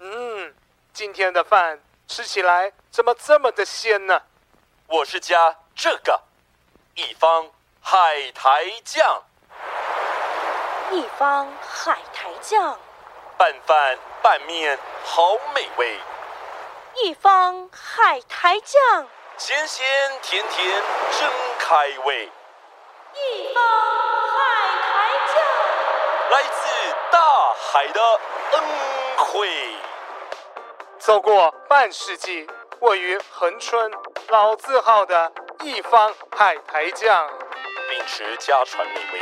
嗯今天的饭吃起来怎么这么的鲜呢？我是加这个，一方海苔酱，一方海苔酱，拌饭拌面好美味，一方海苔酱，咸咸甜甜真开胃。一方海苔酱。来自大海的恩惠。走过半世纪，位于恒春老字号的一方海苔酱，秉持家传美味，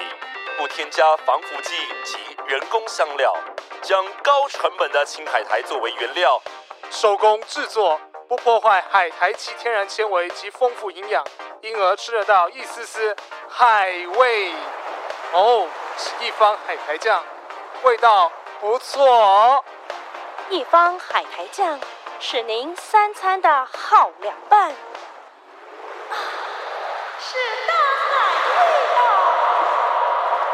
不添加防腐剂及人工香料，将高成本的青海苔作为原料，手工制作，不破坏海苔其天然纤维及丰富营养，因而吃得到一丝丝海味。哦，是一方海苔酱，味道不错哦。一方海苔酱是您三餐的好凉拌，啊，是大海味道。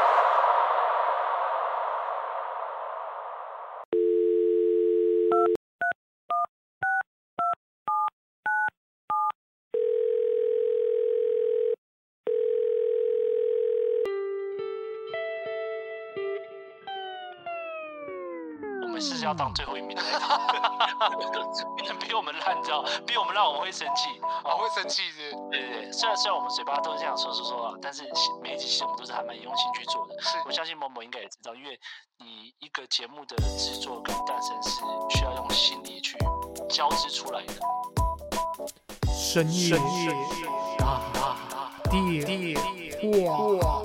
我们是要嗯当最后一名 的那种，变成比我们烂，你知道，比我们烂我们会生气。我哦会生气是对对对，虽然虽然我们嘴巴都是这样说说说啊，但是其每一集其实我们都是还蛮用心去做的。是我相信某某应该也知道，因为你一个节目的制作跟诞生是需要用心力去交织出来的。深夜啊啊啊！地地哇！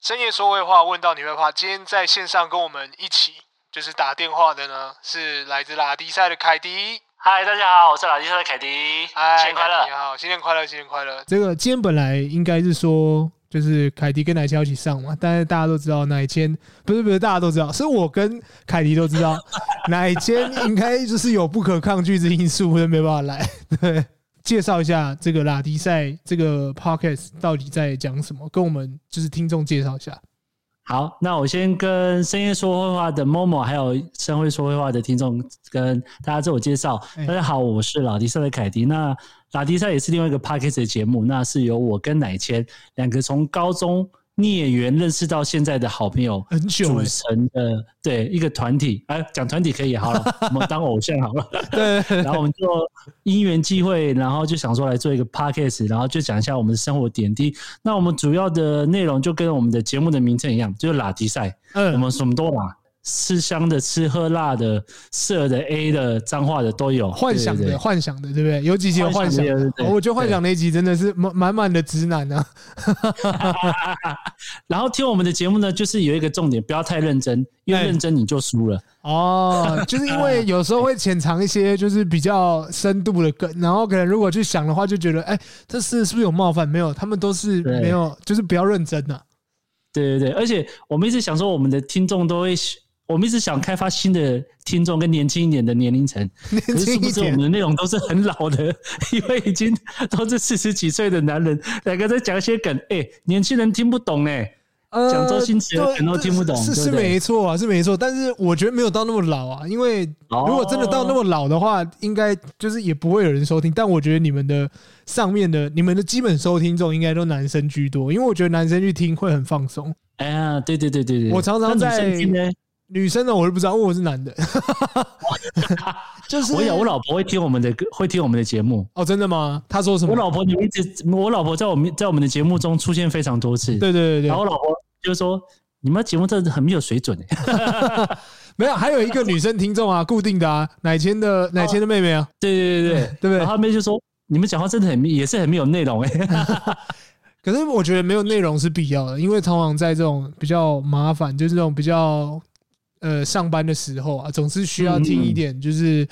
深夜说会话，问到你会怕。今天在线上跟我们一起就是打电话的呢，是来自拉迪赛的凯迪。嗨，大家好，我是老弟，我是凯迪，嗨，新年快凯迪乐你！好，新年快乐，新年快乐。这个今天本来应该是说，就是凯迪跟奶谦要一起上嘛，但是大家都知道奶谦不是不是大家都知道，是我跟凯迪都知道， 奶谦应该就是有不可抗拒之因素，所以没办法来。 对，介绍一下这个拉迪赛这个 podcast 到底在讲什么，跟我们就是听众介绍一下。好，那我先跟深夜说会话的 Momo，还有深会说会话的听众，跟大家自我介绍。哎大家好，我是老迪赛的凯迪。那老迪赛也是另外一个 podcast 的节目，那是由我跟乃谦两个从高中孽缘认识到现在的好朋友很久组欸成的，对一个团体。哎、讲团体可以 好了，我们当偶像好了。对， 然后我们就因缘际会，然后就想说来做一个 podcast，然后就讲一下我们的生活点滴。那我们主要的内容就跟我们的节目的名称一样，就是拉迪赛，我嗯，们什么都拉，吃香的、吃喝辣的、色的、A 的、脏话的都有，幻想对对对的，幻想的，对不对？有几集有幻想幻想的的，对我觉得幻想那一集真的是满满满的直男啊。然后听我们的节目呢，就是有一个重点，不要太认真，因为哎认真你就输了。哦，就是因为有时候会潜藏一些就是比较深度的梗，然后可能如果去想的话，就觉得哎、这是是不是有冒犯？没有，他们都是对没有，就是不要认真啊的、对对对，而且我们一直想说，我们的听众都会，我们一直想开发新的听众跟年轻一点的年龄层。年可是轻殊不一知我们点。的内容都是很老的， 因为已经都是四十几岁的男人，两个在讲一些梗，哎、年轻人听不懂哎、呃讲周星驰的对梗都听不懂对是是不对没错啊，是没错。但是我觉得没有到那么老啊，因为哦如果真的到那么老的话，应该就是也不会有人收听。但我觉得你们的上面的你们的基本收听众应该都男生居多，因为我觉得男生去听会很放松。哎呀，对对对对对，我常常那女在生听呢，女生呢，我就不知道，因为我是 男的， 就是我想我老婆会听我们的歌，会听我们的节目。哦，真的吗？他说什么？我老婆你们一直，我老婆在我们在我们的节目中出现非常多次，对对对然后对，我老婆就说你们节目真的很没有水准哎、没有，还有一个女生 听众啊，固定的啊，奶谦的奶谦的妹妹啊，对对对对对，对不哦然后对？他们就说你们讲话真的很也是很没有内容哎、 可是我觉得没有内容是必要的，因为通常在这种比较麻烦，就是这种嗯比较呃上班的时候啊，总是需要听一点就是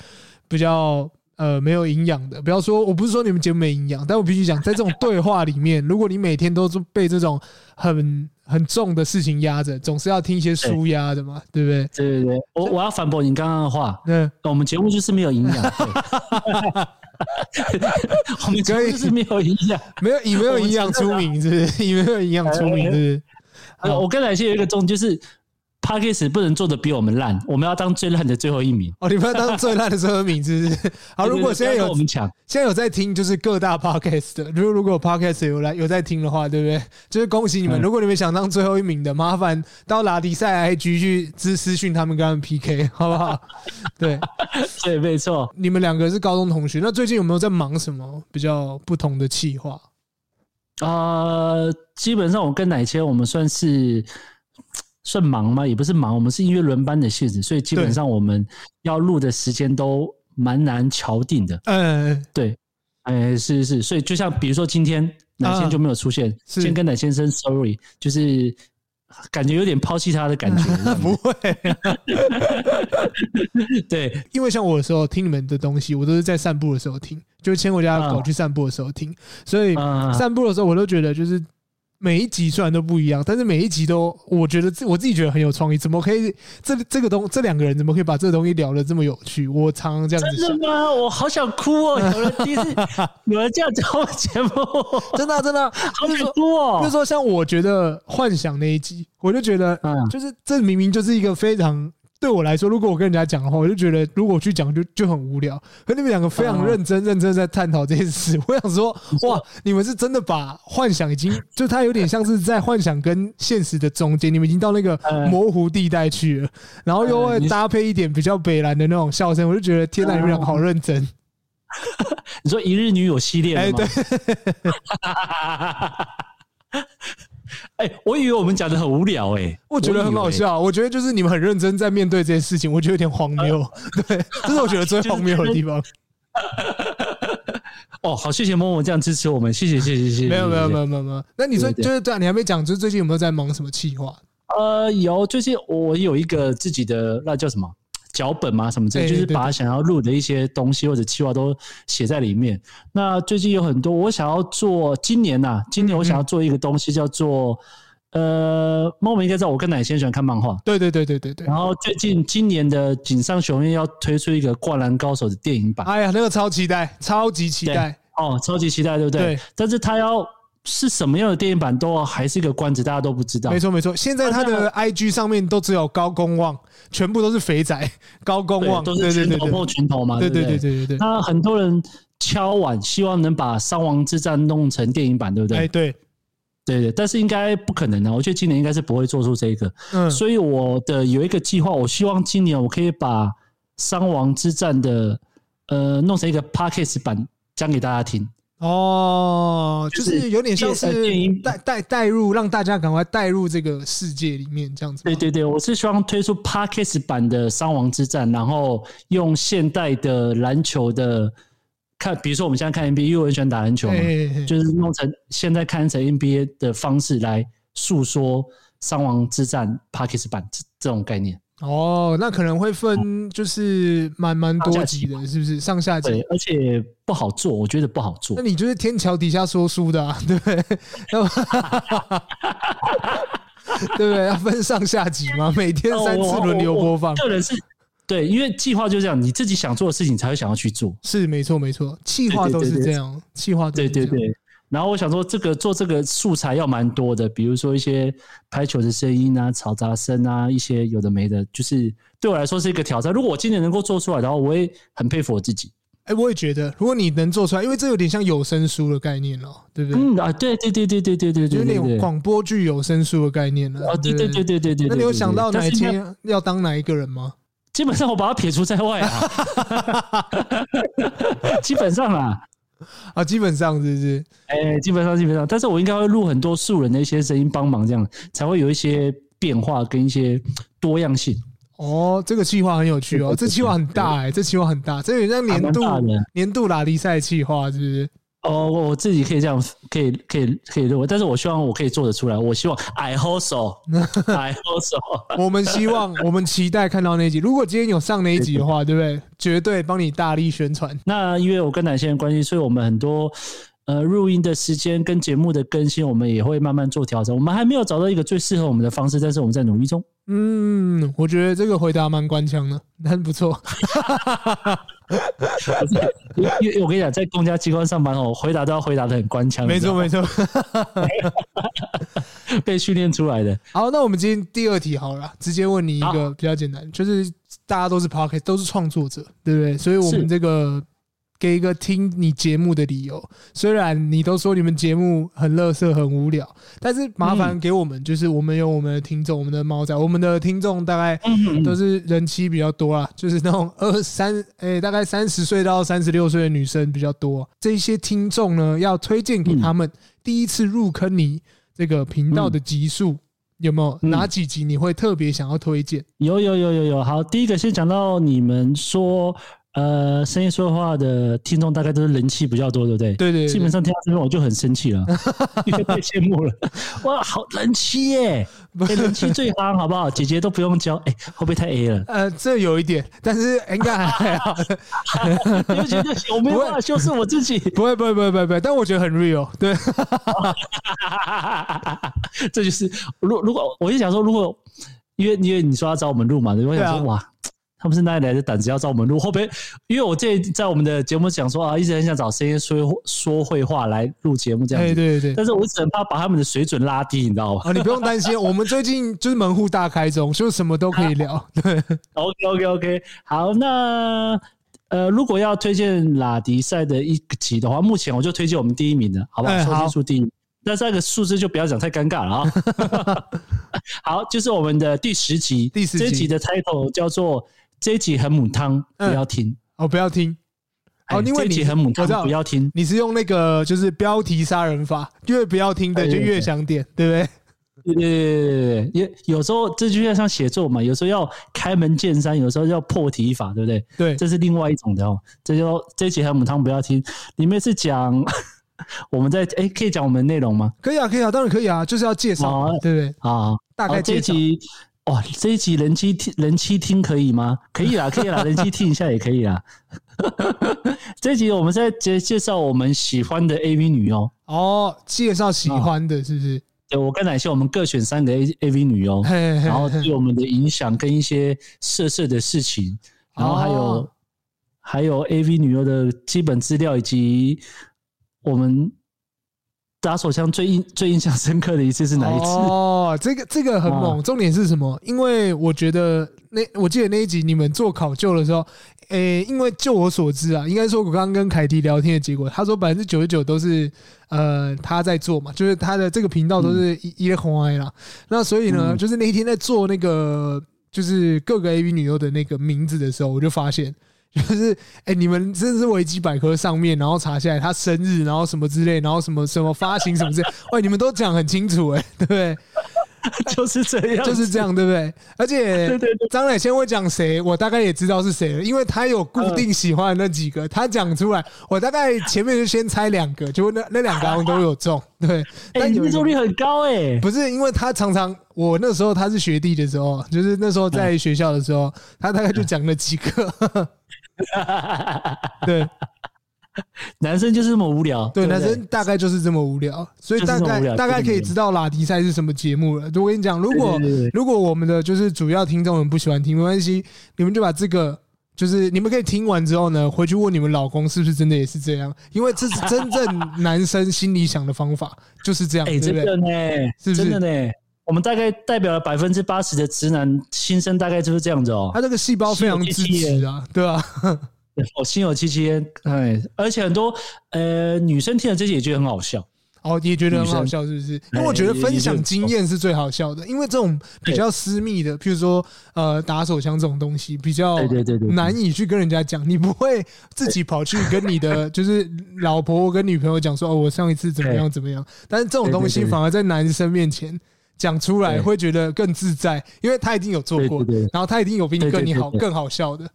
比较呃没有营养的。不要说我不是说你们节目没营养，但我必须讲，在这种对话里 面，如果你每天都是被这种很很重的事情压着，总是要听一些舒压的嘛，对不对？对对对，我我要反驳你刚刚的话，那我们节目就是没有营养，对 我们节目就是没有营养。没有以没有营养出名，是不是？以没有营养出名，是不是？呃，我跟奶蟹有一个重点，就是 p a c k a g e 不能做的比我们烂，我们要当最烂的最后一名。 哦，你不要当最烂的车名，是不是？好，啊如果对现对在 对不要跟有我们抢，现在有在听，就是各大 podcast 的，如果如果有 podcast 有来有在听的话，对不对？ 就是恭喜你们，嗯如果你们想当最后一名的，麻烦到拉迪赛 IG 去私私讯他们跟他们 PK，好不 好？对，对，没错。你们两个是高中同学，那最近有没有在忙什么比较不同的企划？呃，基本上我跟奶切，我们算是算忙吗？也不是忙，我们是音乐轮班的性质，所以基本对上我们要录的时间都蛮难敲定的。嗯，对，哎，是是，所以就像比如说今天奶先啊就没有出现，是先跟奶先生 sorry，就是感觉有点抛弃他的 感觉这样不子。会，对，因为像我的时候听你们的东西，我都是在散步的时候听，就是牵我家的狗啊去散步的时候听，所以啊散步的时候我都觉得就是。每一集虽然都不一样，但是每一集都我觉得自我自己觉得很有创意，怎么可以这这个东这两个人怎么可以把这个东西聊得这么有趣？我常常这样子真想的，吗？我 好想哭哦！有人第一 次有人这样讲我节目，真的啊、真的啊、好就是想说哭哦！那时候像我觉得幻想那一集，我就觉得嗯，就是这明明就是一个非常对我来说，如果我跟人家讲的话，我就觉得如果我去讲就就很无聊。可你们两个非常嗯认真、认真在探讨这件事，我想说，哇，你 们是啊真的把幻想已经就它有点像是在幻想跟现实的中间，你们已经到那个嗯模糊地带去了，然后又会嗯你搭配一点比较北蓝的那种笑声，我就觉得天哪，你们俩好认真。你说《一日女友》系列哎，的对吗？，啊哎、我以为我们讲的很无聊哎、 我觉得很好以为。笑，我觉得就是你们很认真在面对这些事情，我觉得有点荒谬， 对，这是我觉得最荒谬的地方。哦，好，谢谢默默这样支持我们，谢谢谢谢谢谢。没有没有没有。有没有没有，那你说对对就是对啊，你还没讲，就是最近有没有在忙什么企划？呃，有，就是我有一个自己的那叫什么脚本嘛，什么之类，哎就是对把想要录的一些东西或者计划都写在里面。那最近有很多，我想要做，今年呐、啊今年我想要做一个东西叫做。呃，猫们应该知道，我跟奶先喜欢看漫画。对对对对对对然，后最近今年的井上雄彦要推出一个《灌篮高手》的电影版，哎呀，那个超期待，超级期待，哦，超级期待，对不对？对但是他要是什么样的电影版，都还是一个关子，大家都不知道。没错没错，现在他的 IG 上面都只有高公望，全部都是肥仔高公对，望，都对是对对拳对头碰拳头嘛，对对对不对对对对，那很多人敲碗，希望能把《伤亡之战》弄成电影版，对不对？哎对，对对，但是应该不可能的、啊我觉得今年应该是不会做出这个。嗯，所以我的有一个计划，我希望今年我可以把《伤亡之战》的呃弄成一个 podcast 版讲给大家听。哦，就就是是有点像电呃电是影带带带入，让大家赶快带入这个世界里面，这样子吗。对对对，我是希望推出 Parkes 版的《伤亡之战》，然后用现代的篮球的看，比如说我们现在看 NBA，因为我很喜欢打篮球嘛，哎，就是弄成现在看成 NBA 的方式来诉说《伤亡之战》Parkes 版这这种概念。哦，那可能会分，就是蛮蛮多集的，是不是上下对集？，而且不好做，我觉得不好做那。你就是天桥底下说书的、啊，对不对？要不对不对？要分上下集吗？每天哦三次轮流播放我，个人是对，因为计划就这样，你自己想做的事情才会想要去做。是没错没错，气话都是这样，气话都对是对这样。对。然后我想说，这个做这个素材要蛮多的，比如说一些拍球的声音啊、嘈杂声啊，一些有的没的，就是对我来说是一个挑战。如果我今年能够做出来的话，我也很佩服我自己。哎、我也觉得，如果你能做出来，因为这有点像有声书的概念了，对不对？嗯啊，对对对对对对对就对有对点对。广播剧有声书的概念了。哦，对对对对对对对。那你有想到哪一但是呢天要当哪一个人吗？基本上我把它撇除在外啊。 基本上啦，啊，基本上是不是？哎，基本上基本上，但是我应该会录很多素人的一些声音帮忙，这样才会有一些变化跟一些多样性。哦，这个计划很有趣 对哦，对对这计划很大哎、这计划很大，这有点像年还蛮大度的年度拉力赛计划，是不是？哦，我我自己可以这样，可以可以可以认为，但是我希望我可以做得出来，我希望 I hope so，I hope so，我们 希望，我们期待看到那一集。如果今天有上那一集的话，对不对？绝对帮你大力宣传。那因为我跟奶先的关系，所以我们很多呃录音的时间跟节目的更新，我们也会慢慢做调整。我们还没有找到一个最适合我们的方式，但是我们在努力中。嗯，我觉得这个回答蛮官腔的，但不错。因为因为我跟你讲，在公家机关上班哦，回答都要回答的很官腔，没你知道错，吗没错。被训练出来的。好，那我们今天第二题好了啦，直接问你一个比较简单，就是大家都是 p o c k e t 都是创作者，对不对？所以我们是这个给一个听你节目的理由，虽然你都说你们节目很乐色、很无聊，但是麻烦给我们，就是我们有我们的听众，我们的猫仔，我们的听众大概嗯都是人妻比较多啦，就是那种二三诶、大概三十岁到三十六岁的女生比较多。这些听众呢，要推荐给他嗯们第一次入坑你这个频道的集数，有没有嗯哪几集你会特别想要推荐？有有有有有，好，第一个先讲到你们说，呃，深夜说话的听众大概都是人气比较多，对不对？对对对？基本上听到这边我就很生气了，因为太羡慕了， 哇，好人气耶、哎人气最夯，好不好？姐姐都不用教，哎、会不会太 A 了 呃，这有一点，但是应该 还好。对不起，对不起，我没有办法修饰我自己， 不会，不会，不会，不会，不会。但我觉得很 real，对，这就是，如如果我就想说，如果因为因为你说要找我们录嘛，我对啊想说、哇。他们是哪里来的胆子要找我们录？会不会？因为我这在我们的节目讲说啊，一直很想找声音说说会话来录节目这样哎，子，对对对。但是我只很怕把他们的水准拉低，你知道吗啊，你不用担心，我们最近就是门户大开中，就什么都可以 聊。对， ？OK OK OK，好，那呃，如果要推荐拉迪赛的一集的话，目前我就推荐我们第一名的，好不好？哎收好听数第一名。那这个数字就不要讲太尴尬了啊、 好，就是我们的第十集，第十集这一集的 title 叫做“这一集很母汤，不嗯要听”哦，不要听。哦，哎因为这一你集很母我知道汤，不要听。你是用那个就是标题杀人法，越不要听的哎对就对越对想点，对不 对对对？对对对对，有有时候这就像像写作嘛，有时候要开门见山，有时候要破题法，对不对？对这是另外一种的哦。这就这一集很母汤，不要听。里面是讲我们在哎，可以讲我们的内容吗？可以啊，可以啊，当然可以啊，就是要介绍嘛哦，对不对？啊，大概哦这介一绍集哇，这一集人气听人气听可以吗？可以啦，可以啦，人气听一下也可以啦。 这一集我们在介介绍我们喜欢的 AV 女优。哦，介绍喜欢的，是不是？对，我跟奶秀，我们各选三个 A A V 女哦优，嘿 嘿嘿然后对我们的影响跟一些色色的事情，然后还有、哦还有 A V 女优的基本资料，以及我们打手枪最印最印象深刻的一次是哪一次？哦，这个这个很猛，重点是什么？因为我觉得那我记得那一集你们做考究的时候，诶，因为就我所知啊，应该说我刚刚跟凯蒂聊天的结果，他说百分之九十九都是呃他在做嘛，就是他的这个频道都是一一红 I 啦。那所以呢，嗯就是那一天在做那个就是各个 AV 女优的那个名字的时候，我就发现。就是哎、诶你们真的是维基百科上面，然后查下来他生日，然后什么之类，然后什么什么发行什么之类， 喂，你们都讲很清楚哎、诶对不对？ 就是这样，就是这样，对不对？而且 对对对张乃先会讲谁，我大概也知道是谁了，因为他有固定喜欢的那几嗯个，他讲出来，我大概前面就先猜两个，结果那 那两个好像都有中，对。哎、但命有一个中率很高哎、不是因为他常常，我那时候他是学弟的时候，就是那时候在学校的时候，他大概就讲了几个， 对男生就是这么无聊，对，不男生大概就是这么无聊，所以就是大这么无概聊大概对对可以对知道拉迪赛是什么节目了。我跟你讲，如果对对对对如果我们的就是主要听众们不喜欢听，没关系，你们就把这个。就是你们可以听完之后呢，回去问你们老公是不是真的也是这样，因为 这是真正男生心里想的方法，就是这样，哎、对不真对？的呢，是不是真的呢，我们大概代表了百分之八十的直男心声，大概就是这样子哦。他这个细胞非常支持啊，对吧、我哦心有戚戚焉，哎，而且很多呃女生听了这些也觉得很好笑，哦，也觉得很女生好笑，是不是？因哎为我觉得也分也享就经验是最好笑的，因为这种比对较私密的，譬如说呃打手枪这种东西，比较对对对对对难以去跟人家讲，你不会自己跑去跟你的就是老婆或跟女朋友讲说哦，我上一次怎么样怎么样。但是这种对对东西对对反而在男生面前。讲出来对会觉得更自在，因为他一定有做对过对对，然后他一定有比你对对更你对好、对更好笑的。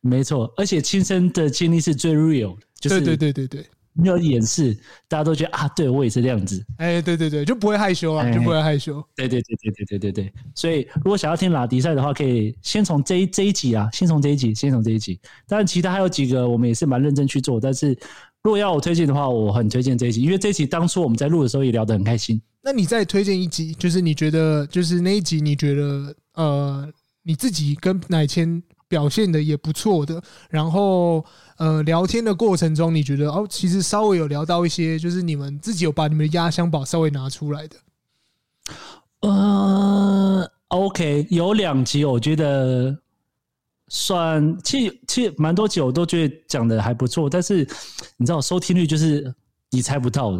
没错，而且亲身的经历是最 real 的，就是对对对对对，没有掩饰，大家都觉得啊，对我也是这样子。哎，对对对，就不会害羞啊，哎就不会害羞。对对对对对对对对，所以如果想要听拉迪赛的话，可以先从这一这一集啊，先从这一集，先从这一集。当然，其他还有几个我们也是蛮认真去做，但是如果要我推荐的话，我很推荐这一集，因为这一集当初我们在录的时候也聊得很开心。那你再推荐一集，就是你觉得，就是那一集你觉得呃你自己跟奶谦表现的也不错的，然后呃聊天的过程中，你觉得哦其实稍微有聊到一些，就是你们自己有把你们的压箱宝稍微拿出来的。呃，OK，有两集我觉得算，其实其实蛮多集我都觉得讲的还不错，但是你知道收听率就是你猜不到的。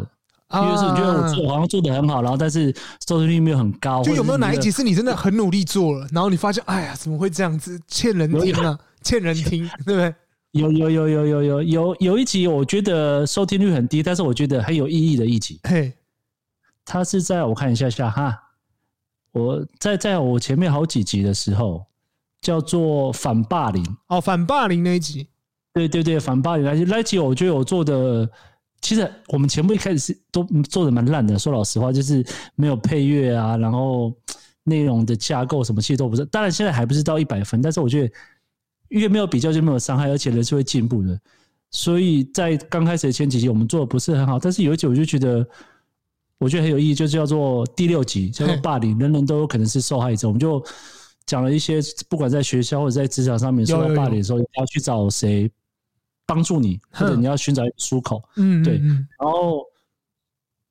比如说，你觉得我做好像做的很好，然后但是收听率没有很高，啊就有没有或者哪是你觉得一集是你真的很努力做了，然后你发现，哎呀，怎么会这样子？欠人听啊，欠人听，对不对？有有有有有有有有一集，我觉得收听率很低，但是我觉得很有意义的一集。嘿，它是在我看一下下哈，我在在我前面好几集的时候，叫做反霸凌。哦，反霸凌那一集，对对对，反霸凌那集那集，我觉得我做的，其实我们节目一开始是都做的蛮烂的。说老实话，就是没有配乐啊，然后内容的架构什么，其实都不是。当然现在还不是到一百分，但是我觉得越没有比较就没有伤害，而且人是会进步的。所以在刚开始的前几集，我们做的不是很好，但是有一集我就觉得。我觉得很有意义，就叫做第六集，叫做嘿霸凌，人人都有可能是受害者。我们就讲了一些，不管在学校或者在职场上面受有到有霸有凌的时候，要去找谁帮助你，或者哼你要寻找一个出口。嗯，对嗯然后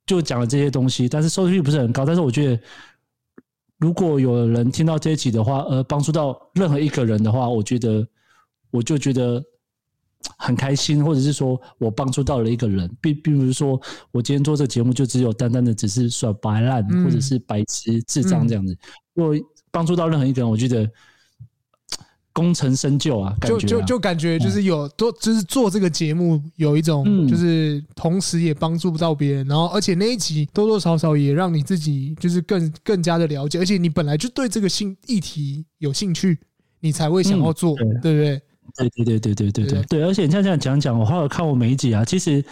就讲了这些东西，但是收视率不是很高。但是我觉得，如果有人听到这一集的话，呃，帮助到任何一个人的话，我觉得我就觉得很开心，或者是说我帮助到了一个人，并并不是说我今天做这个节目就只有单单的只是耍白烂、嗯或者是白痴、智障这样子。如果帮助到任何一个人，我觉得。功成身就啊，感觉就啊就就感觉就是有做，就是做这个节目有一种，嗯就是同时也帮助到别人，然后而且那一集多多少少也让你自己就是更更加的了解，而且你本来就对这个性议题有兴趣，你才会想要做，嗯对不对？对对对对对对对对对，而且你像这样讲讲，我后来看我每一集啊，其实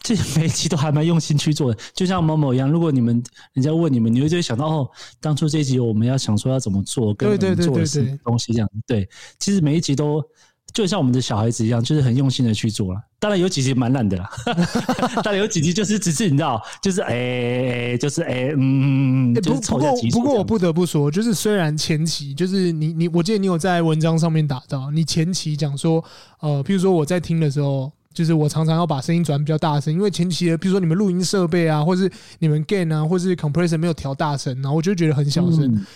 这每一集都还蛮用心去做的，就像某某一样。如果你们人家问你们，你会就会想到哦，当初这一集我们要想说要怎么做，跟我对对们对做对的是对东西这样。对，其实每一集都就像我们的小孩子一样，就是很用心的去做了。当然有几集蛮烂的啦， 当然有几集就是只是你知道，就是哎、就是哎、嗯，欸、就不是不凑一下过集数不过这我样不得不说，就是虽然前期就是你你，我记得你有在文章上面打到，你前期讲说，呃，譬如说我在听的时候，就是我常常要把声音转比较大声，因为前期的譬如说你们录音设备啊，或是你们 gain 啊，或是 compressor 没有调大声，然后我就觉得很小声。嗯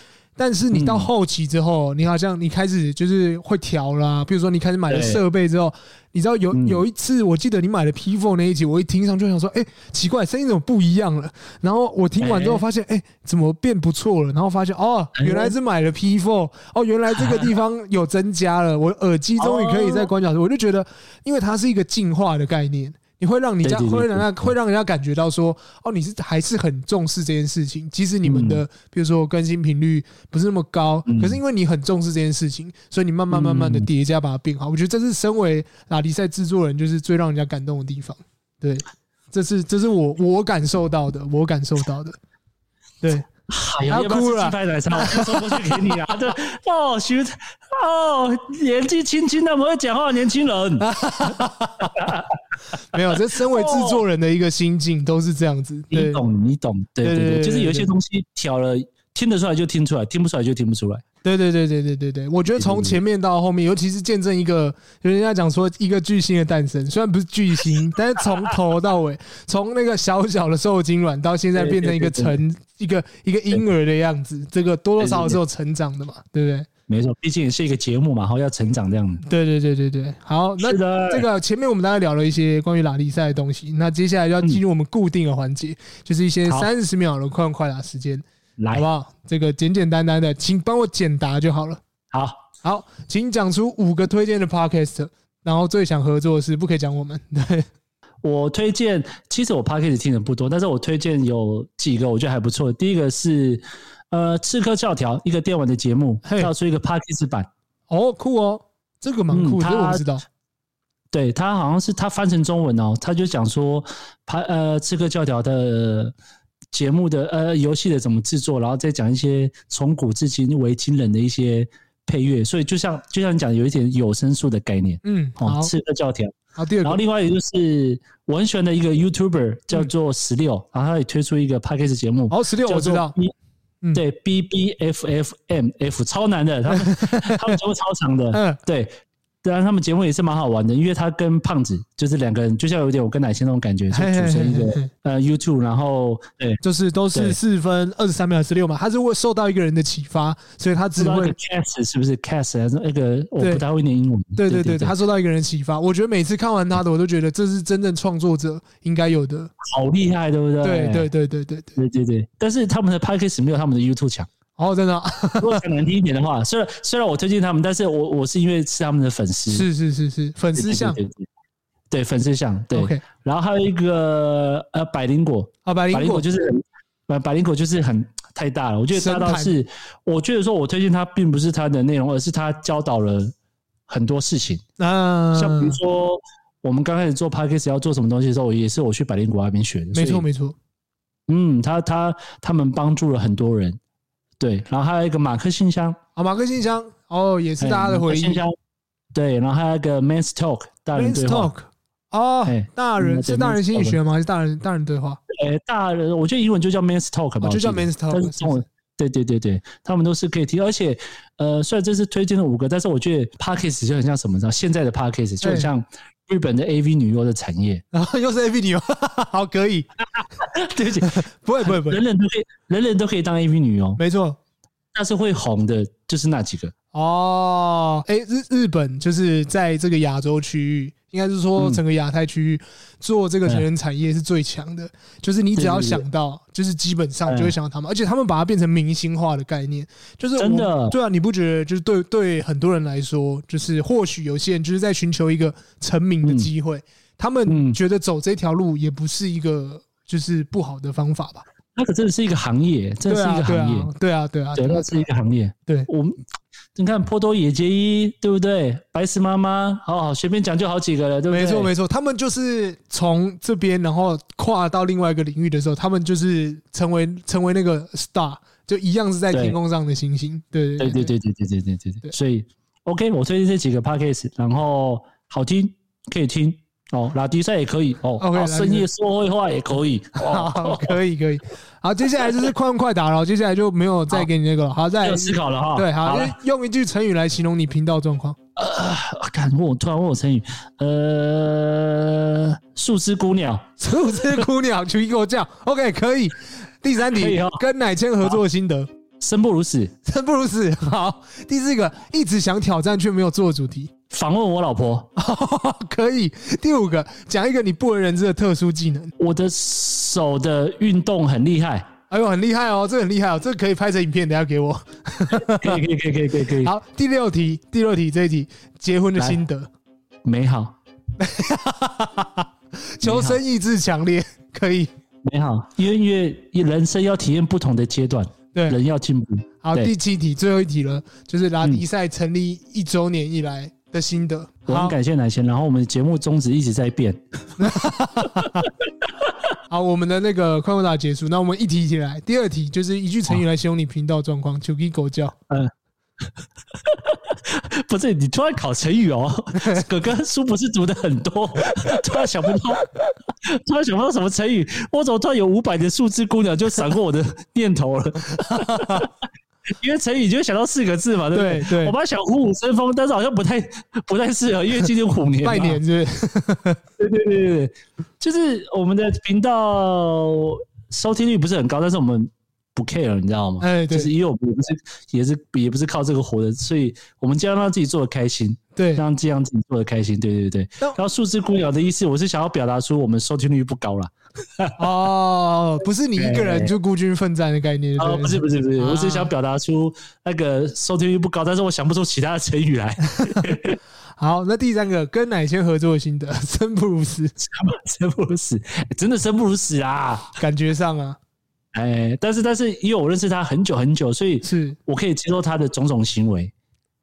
但是你到嗯后期之后，你好像你开始就是会调啦，比如说你开始买了对设备之后，你知道有嗯有一次我记得你买了 P Four 那一集，我一听上就想说，哎，奇怪，声音怎么不一样了？然后我听完之后哎发现，哎，怎么变不错了？然后发现哦，哎原来是买了 P Four，哦，原来这个地方有增加了，我耳机终于可以再关哦小时，我就觉得，因为它是一个进化的概念。你会让你这样，对对对会让人对家会让人家感觉到说，哦，你是还是很重视这件事情，即使你们的、比如说更新频率不是那么高，嗯可是因为你很重视这件事情，所以你慢慢慢慢的嗯叠加把它变好。我觉得这是身为拉迪赛制作人，就是最让人家感动的地方。对，这是这是我我感受到的，我感受到的。 对，哎呀，要他不要哭吃了鸡排奶茶，我就送过去给你啊！ 对，哦，徐，哦，年纪轻轻那么会讲话的年轻人，啊没有，这身为制哦作人的一个心境都是这样子。你对，懂，你懂，对对对对对对，就是有一对些东西挑了，听得出来就听出来，听不出来就听不出来。对对对对对对对，我觉得从前面到后面，尤其是见证一个，有人家讲说一个巨星的诞生，虽然不是巨 星，但是从头到尾，从那个小小的受精卵到现在变成一个对对 成一个一个婴儿的样子，这个多多少少是有成长的嘛，对不对？没错，毕竟也是一个节目嘛，然后要成长这样子。对对对对对，好，那是的这个前面我们大概聊了一些关于拉力赛的东西，那接下来要进入我们固定的环节，就是一些嗯好三十秒的快问快答时间，好来不，好？这个简简单单的，请帮我简答就好了。好，好，请讲出五个推荐的 podcast，然后最想合作的是 不可以讲我们，对，我推荐，其实我 p a c k a g e 听的不多，但是我推荐有几个我觉得还不错。第一个是呃《刺客教条》，一个电玩的节目，嘿要出一个 p a c k a g e 版。哦，酷哦，这个蛮酷的，嗯这个我他不知道，对他好像是他翻成中文哦，他就讲说，他呃《刺客教条》的节目的呃游戏的怎么制作，然后再讲一些从古至今为今人的一些配乐，所以就像就像你讲，有一点有声书的概念嗯，哦，好《刺客教条》。好，第二然后个，嗯另外一个就是我很喜欢的一个 YouTuber 叫做十六、然后他也推出一个 Podcast 节目，好，十六哦我知道， B, 嗯对 B B F F M F 超难的， 他们他们节目超长的，嗯对。当然，他们节目也是蛮好玩的，因为他跟胖子就是两个人，就像有点我跟奶昔那种感觉，就嘿嘿组成一嘿个嘿呃 YouTube，然后对，就是都是对四分二十三秒十六嘛，他是会受到一个人的启发，所以他知只道那会个 Cast 是不是 Cast 还是那个我对不太会念英文，对对对对，他受到一个人的启发。我觉得每次看完他的，我都觉得这是真正创作者应该有的。好厉害，对不对？对对对对对对，对对对，但是他们的 Podcast 没有他们的 YouTube 强。哦，真的啊如果讲难听一点的话，虽然虽然我推荐他们，但是我我是因为是他们的粉丝，是是是是，粉丝像对对对对对粉丝像对。 OK 然后还有一个呃百灵果，啊，百百灵灵果果就是很呃百百灵果就是很太大了，我觉得大到是，我觉得说我推荐他并不是他的内容，而是他教导了很多事情，啊，像比如说。我们刚开始做 podcast 要做什么东西的时候，我也是我去百灵果那边学的。没所以错没错，嗯，他他他们帮助了很多人，对。然后还有一个马克信箱，啊，马克信箱哦，也是大家的回忆。哎。马克信箱对，然后还有一个 Men's Talk 大人 Men's 对话。 Talk 哦哎，大嗯人对是大人 Men's 心理 Talk 学吗？还是大人大人对话？ 哎，大人，我觉得英文就叫 Men's Talk 吧，哦就叫我记得 Men's Talk，但是是中文是，对对对对，他们都是可以听。而且，呃，虽然这是推荐了五个，但是我觉得 Podcast 就很像什么，你知道，现在的 Podcast 就很像日本的 AV 女优的产业。然后又是 A B 女哦， 好可以， 对不起，不会不会不会人，人都可以，人人都可以当 AV 女优，没错但是会红的就是那几个。哦。哎，日日本就是在这个亚洲区域，应该是说嗯整个亚太区域做这个嗯成人产业是最强的，就是你只要对对对想到，就是基本上就会嗯想到他们，而且他们把它变成明星化的概念，就是我真的对啊，你不觉得就是对对很多人来说，就是或许有些人就是在寻求一个成名的嗯机会，他们嗯觉得走这条路也不是一个就是不好的方法吧？那可真的是一个行业，真的对是一啊，个对行业啊。，对啊，对啊，对，对啊那是一个行业。对我们，你看波多野结衣，对不对？白石妈妈，好好随便讲就好几个了，对不对？没错没错。错，他们就是从这边然后跨到另外一个领域的时候，他们就是成为成为那个 star，就一样是在对天空上的星星。对对对对对对对对对对对对对。所以，OK，我推荐这几个 podcast，然后好听可以听哦，拉迪赛也可以哦， OK，啊拉迪赛深夜说会话也可以。好，哦，可以可以。好，接下来就是快问快答了，接下来就没有再给你那个了。好，再 没来有思考了哈。对，好，好就是用一句成语来形容你频道状况。哎敢问我突然问我成语，呃，树枝姑娘，树枝姑娘，去给我叫，OK，可 以。第三可以题哦，跟乃谦合作心得，生不如死。生 不如死。好，第四个，一直想挑战却没有做主题，访问我老婆，可以。第五个，讲一个你不为人知的特殊技能，我的手的运动很厉害。 哎呦，很厉害哦，这很厉害哦，这可以拍成影片，等一下给我。可以可以可以可以可以，好，第六题，第六题这一题，结婚的心得，美好求生意志强烈，可以。美好，因为因为人生要体验不同的阶段，对人要进步。好，对嗯第七题，最后一题了，就是拉迪赛成立一周年以来的心得。我很好，感谢奶贤，然后我们的节目宗旨一直在变。好，我们的那个快问答结束，那我们一题一题来。第二题就是一句成语来形容你频道状况，求给狗叫。 不是你突然考成语 哦，哥哥书不是读的很多， 突然想不到， 突然想不到什么成语，我怎么突然有五百的数字姑娘就闪过我的念头了？ 因为成语就会想到四个字嘛，对不对？对对我本来想虎虎生风，但是好像不太不太适合，因为今年虎年嘛拜年是不是？对对对对，对，就是我们的频道收听率不是很高，但是我们不 care，你知道吗？哎对就是因为我们不是也是也不是靠这个活的，所以我们尽量让自己做的开心，对，让这样自己做的开心。对对对。那然后数字姑娘的意思，我是想要表达出我们收听率不高啦。哦，不是你一个人对就孤军奋战的概念。对啊，对不是不是不是，啊我只是想表达出那个收听率不高，但是我想不出其他的成语来。 好，那第三个跟奶先合作的心得， 生不如死，生不如死，哎真的生不如死啊！感觉上啊，哎，但是但是，因为我认识他很久很久，所以是我可以接受他的种种行为。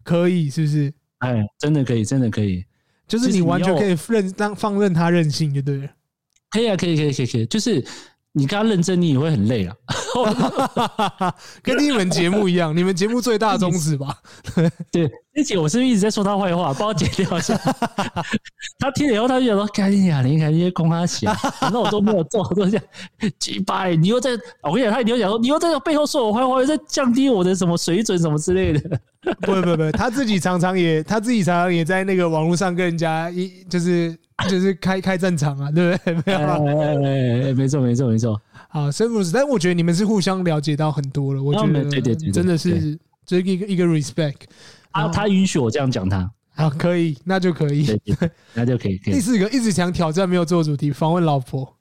可以，是不是？哎，真的可以，真的可以。就是就是你你完全要可以任让放任他任性就对了。可以啊，可以，可以，可以，可以，就是你跟他认真，你也会很累啊。 跟你们节目一样，你们节目最大宗旨吧？对，而且我是不是一直在说他坏话，帮我剪掉一下。 他听了以后，他就想说：“赶紧啊，你赶紧攻他起来，反正我都没有做，我都这样鸡巴欸，你又在……我跟你讲，他一定会讲说，你又在背后说我坏话，又在降低我的什么水准什么之类的。 不不不，他自己常常也他自己常常也在那个网络上跟人家一就是就是开开战场啊，对不对？ 没有哎哎啊。哎哎，没错，没错，没错。好，生不是，但我觉得你们是互相了解到很多了，我觉啊没得对对对对真的是这一个一个 respect 啊他他允许我这样讲他，好，可以，那就可以对。对对那就可以，可第以。四个一直想挑战没有做主题，访问老婆，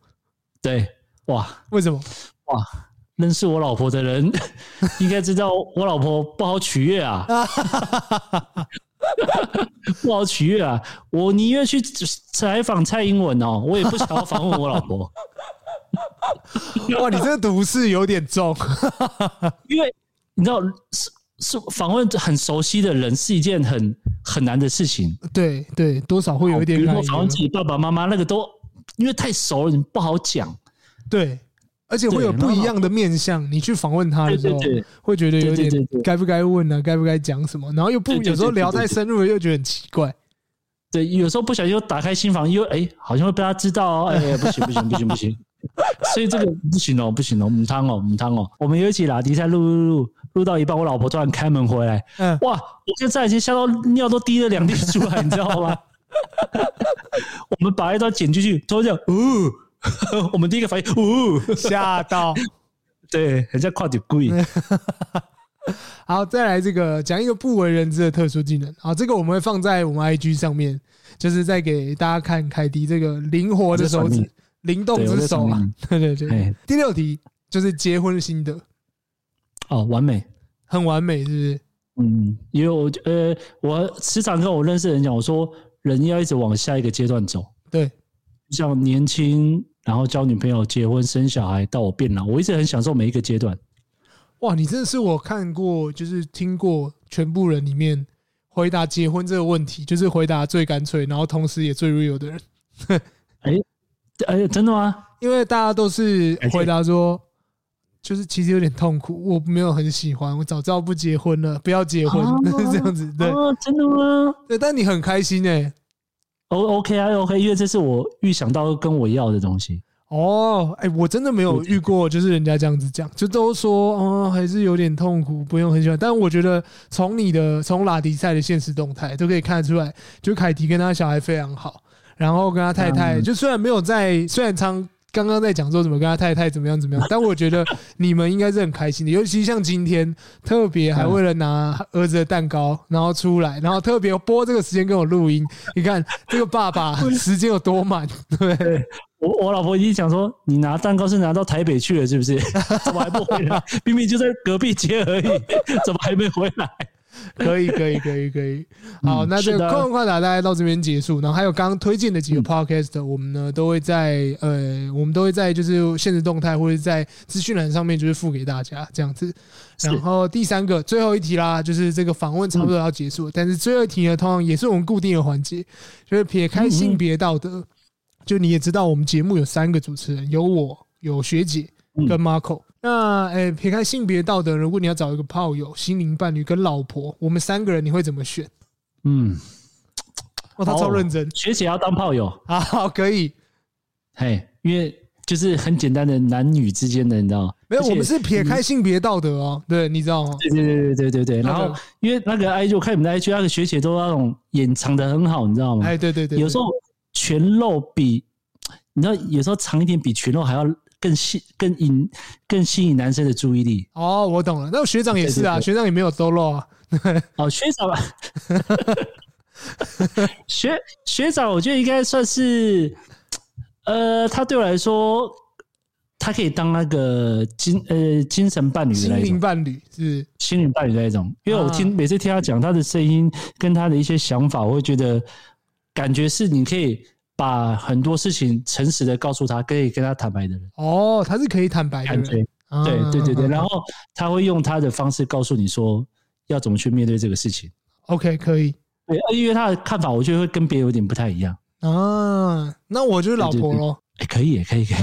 对，哇为 什么？哇，认识我老婆的人 应该知道，我老婆不好取悦啊。 不好取悦啊！我宁愿去采访蔡英文哦，我也不想要访问我老婆，哇，你这个毒誓有点重，因为你知道，是是访问很熟悉的人是一件很很难的事情，哦对对，多少会有一比点如感说访问自觉，己爸爸妈妈那个都因为太熟了，你不好讲。对，而且会有对然后不一样的面相。你去访问他的时候对对对，会觉得有对对点对对该不该问啊，该不该讲什么，然后又不对对对有时候聊对对太对深入了，又觉得很奇怪。对，有时候不小心又打开新房，又哎、好像会被他知道哦，哎、不行不行不行不行， 所以这个不行哦不行哦，母汤哦母汤哦，我们有一集拉迪赛录录录录到一半，我老婆突然开门回来，嗯哇，我跟在已经吓到尿都滴了两滴出来，你知道吗？ 我们把一段剪进去，突然讲，哦， 我们第一个反应，哦，吓到。对，很像跨点贵，好，再来这个讲一个不为人知的特殊技能。好，这个我们会放在我们 IG 上面，就是在给大家看凯迪这个灵活的手我在传指令、灵动之手啊。对 对对哎。第六题就是结婚心得，哦，完美。很完美，是不是？嗯，因为我呃，我时常跟我认识的人讲，我说人要一直往下一个阶段走，对，像年轻，然后交女朋友、结婚、生小孩，到我变老，我一直很享受每一个阶段。哇，你真的是我看过，就是听过全部人里面回答结婚这个问题，就是回答最干脆，然后同时也最 real 的人。哎、真的吗？因为大家都是感谢回答说，就是其实有点痛苦，我没有很喜欢，我早知道不结婚了，不要结婚、哦 这样子，对、啊，真的吗对，但你很开心哎、 ？O OK 啊，OK，因为这是我预想到跟我要的东西。哦，哎、我真的没有遇过，就是人家这样子讲，就都说，哦，还是有点痛苦，不用很喜欢。但我觉得从你的从拉迪赛的现实动态都可以看得出来，就凯迪跟他小孩非常好，然后跟他太太，嗯就虽然没有在，虽然常刚刚在讲说怎么跟他太太怎么样怎么样，但我觉得你们应该是很开心的，尤其像今天特别还为了拿儿子的蛋糕，然后出来，然后特别播这个时间跟我录音，你看这个爸爸时间有多满，对。我我老婆已经讲说，你拿蛋糕是拿到台北去了，是不是？怎么还不回来？明明就在隔壁街而已，怎么还没回来？ 可以，可以，可以，可以。好，嗯那这是个的嗯快问快答大概到这边结束。然后还有刚刚推荐的几个 podcast，、我们呢都会在呃，我们都会在就是现实动态或者在资讯栏上面就是附给大家这样子。是然后第三个最后一题啦，就是这个访问差不多要结嗯束了，但是最后一题呢，通常也是我们固定的环节，就是撇开性别道德，嗯就你也知道，我们节目有三个主持人，有我，有学姐嗯跟 Marco。那诶、撇开性别道德，如果你要找一个炮友、心灵伴侣跟老婆，我们三个人你会怎么选？嗯，哦，他超 认真学姐要当炮友，啊，好，可以。嘿，因为就是很简单的男女之间的，你知道吗？没有，而且我们是撇开性别道德哦，对，你知道吗？对对对对对对对，嗯然那后个因为那个 IG，我看你们的 IG 那个学姐都那种掩藏的很好，你知道吗？哎，对对对，对有时候全肉比你知道，有时候长一点比全肉还要更吸、更引、更吸引男生的注意力。哦，我懂了。那学长也是对啊，对对学长也没有兜漏啊。哦，学长吧， 学学长，我觉得应该算是，呃，他对我来说，他可以当那个精呃精神伴侣的那一心种灵。伴侣是心灵伴侣那一种，因为我听、啊每次听他讲他的声音跟他的一些想法，我会觉得感觉是你可以把很多事情诚实的告诉他，可以跟他坦白的人，哦，他是可以坦白的感觉人。啊对对对对，然啊后他会用他的方式告诉你说要怎么去面对这个事情。 OK 可以，对，因为他的看法，我觉得会跟别人有点不太一样。啊，那我就是老婆喽，哎，可以耶，可以，可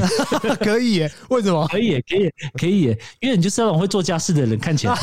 以， 可以耶？为什么？可以耶，可以耶，可以耶，因为你就是那种会做家事的人，看起 来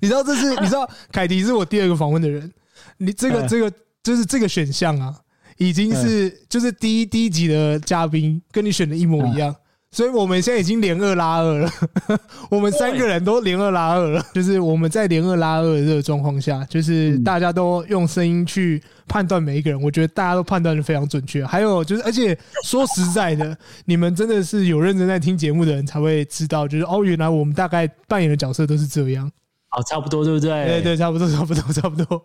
你知道这是你 知道凯迪是我第二个访问的人，你这个嗯这个就是这个选项啊，已经是就是第一第一集的嘉宾跟你选的一模一嗯样，所以我们现在已经连二拉二了， 我们三个人都连二拉二了，就是我们在连二拉二的这个状况下，就是嗯大家都用声音去判断每一个人，我觉得大家都判断的非常准确。还有就是，而且说实在的，你们真的是有认真在听节目的人才会知道，就是哦，原来我们大概扮演的角色都是这样。好，哦差不多，对不对？对对，差不多，差不多，差不多。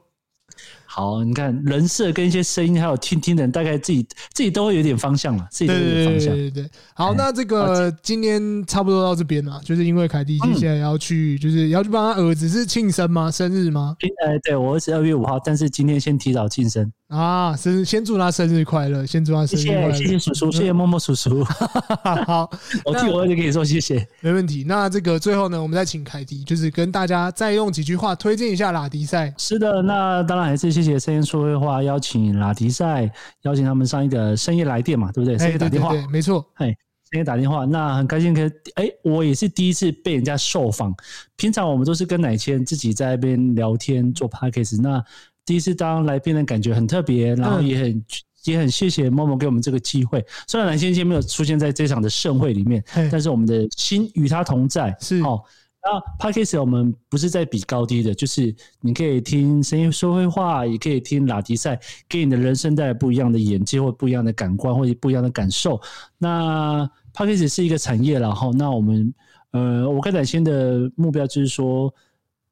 好，你看人设跟一些声音，还有听听的人，大概自己自己都会有点方向了，自己对都会有对点对方向。对对对。好，嗯嗯那这个今天差不多到这边了，就是因为凯蒂接下来要去，就是要去帮他儿子是庆生吗？生日吗？哎，对我儿子二月五号，但是今天先提早庆生，啊，生日先祝他生日快乐，先祝他谢生日谢快乐。谢谢叔叔，谢谢默默叔叔， 嗯好， 我替我儿子跟你说谢谢。没问题。那这个最后呢，我们再请凯蒂，就是跟大家再用几句话推荐一下拉迪赛。是的，那当然还是谢谢深夜说会话邀请拉迪赛，邀请他们上一个深夜来电嘛，对不对？深哎，夜对打对电话，对，没错。深夜打电话，那很开心可以，哎，我也是第一次被人家受访。平常我们都是跟奶谦自己在那边聊天做 podcast，那第一次当来宾的感觉很特别，然后也很、也很谢谢默默给我们这个机会。虽然奶谦今天没有出现在这场的盛会里面，嘿但是我们的心与他同在，是哦。那 podcast 我们不是在比高低的，就是你可以听声音说会话，也可以听拉迪赛，给你的人生带来不一样的眼界，或不一样的感官，或者不一样的感受。那 p a c k a g e 是一个产业啦，然后那我们呃，我跟奶先的目标就是说，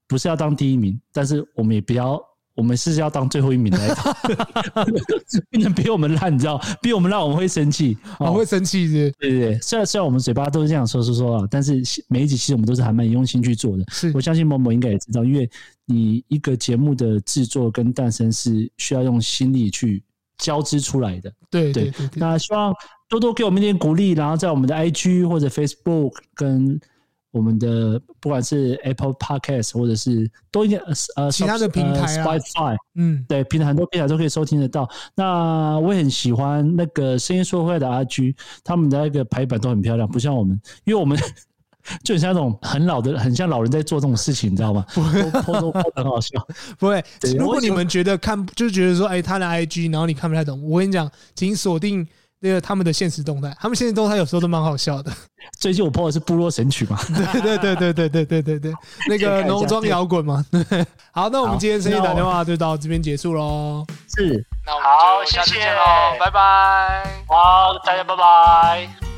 不是要当第一名，但是我们也不要，我们是要当最后一名来当， 不能比我们烂，你知道，比我们烂我们会生气，哦我会生气是对对对，虽然虽然我们嘴巴都是这样说说说啊，但是每一集其实我们都是还蛮用心去做的。不是我是，相信某某应该也知道，因为你一个节目的制作跟诞生是需要用心力去交织出来的。对对对对对，那希望多多给我们一点鼓励，然后在我们的 IG 或者 Facebook 跟我们的不管是 Apple Podcast 或者是多一点呃呃其他的平台啊呃 Spotify 嗯，对，平台很多平台都可以收听得到。那我也很喜欢那个声音说会的 RG，他们的那个排版都很漂亮，不像我们，因为我们 就很像那种很老的，很像老人在做这种事情，你知道吗？都都都都很好笑。不会对。如果我你们觉得看，就是觉得说，哎、他的 IG，然后你看不太懂，我跟你讲，请锁定那个他们的现实动态，他们现实动态有时候都蛮好笑的。最近我 PO 的是部落神曲嘛，对对对对对对对对对，那个农庄摇滚嘛。对好，那我们好今天深夜那打我电话就到这边结束喽。是。那我们好就下次谢谢见喽，拜拜。好，大家拜拜。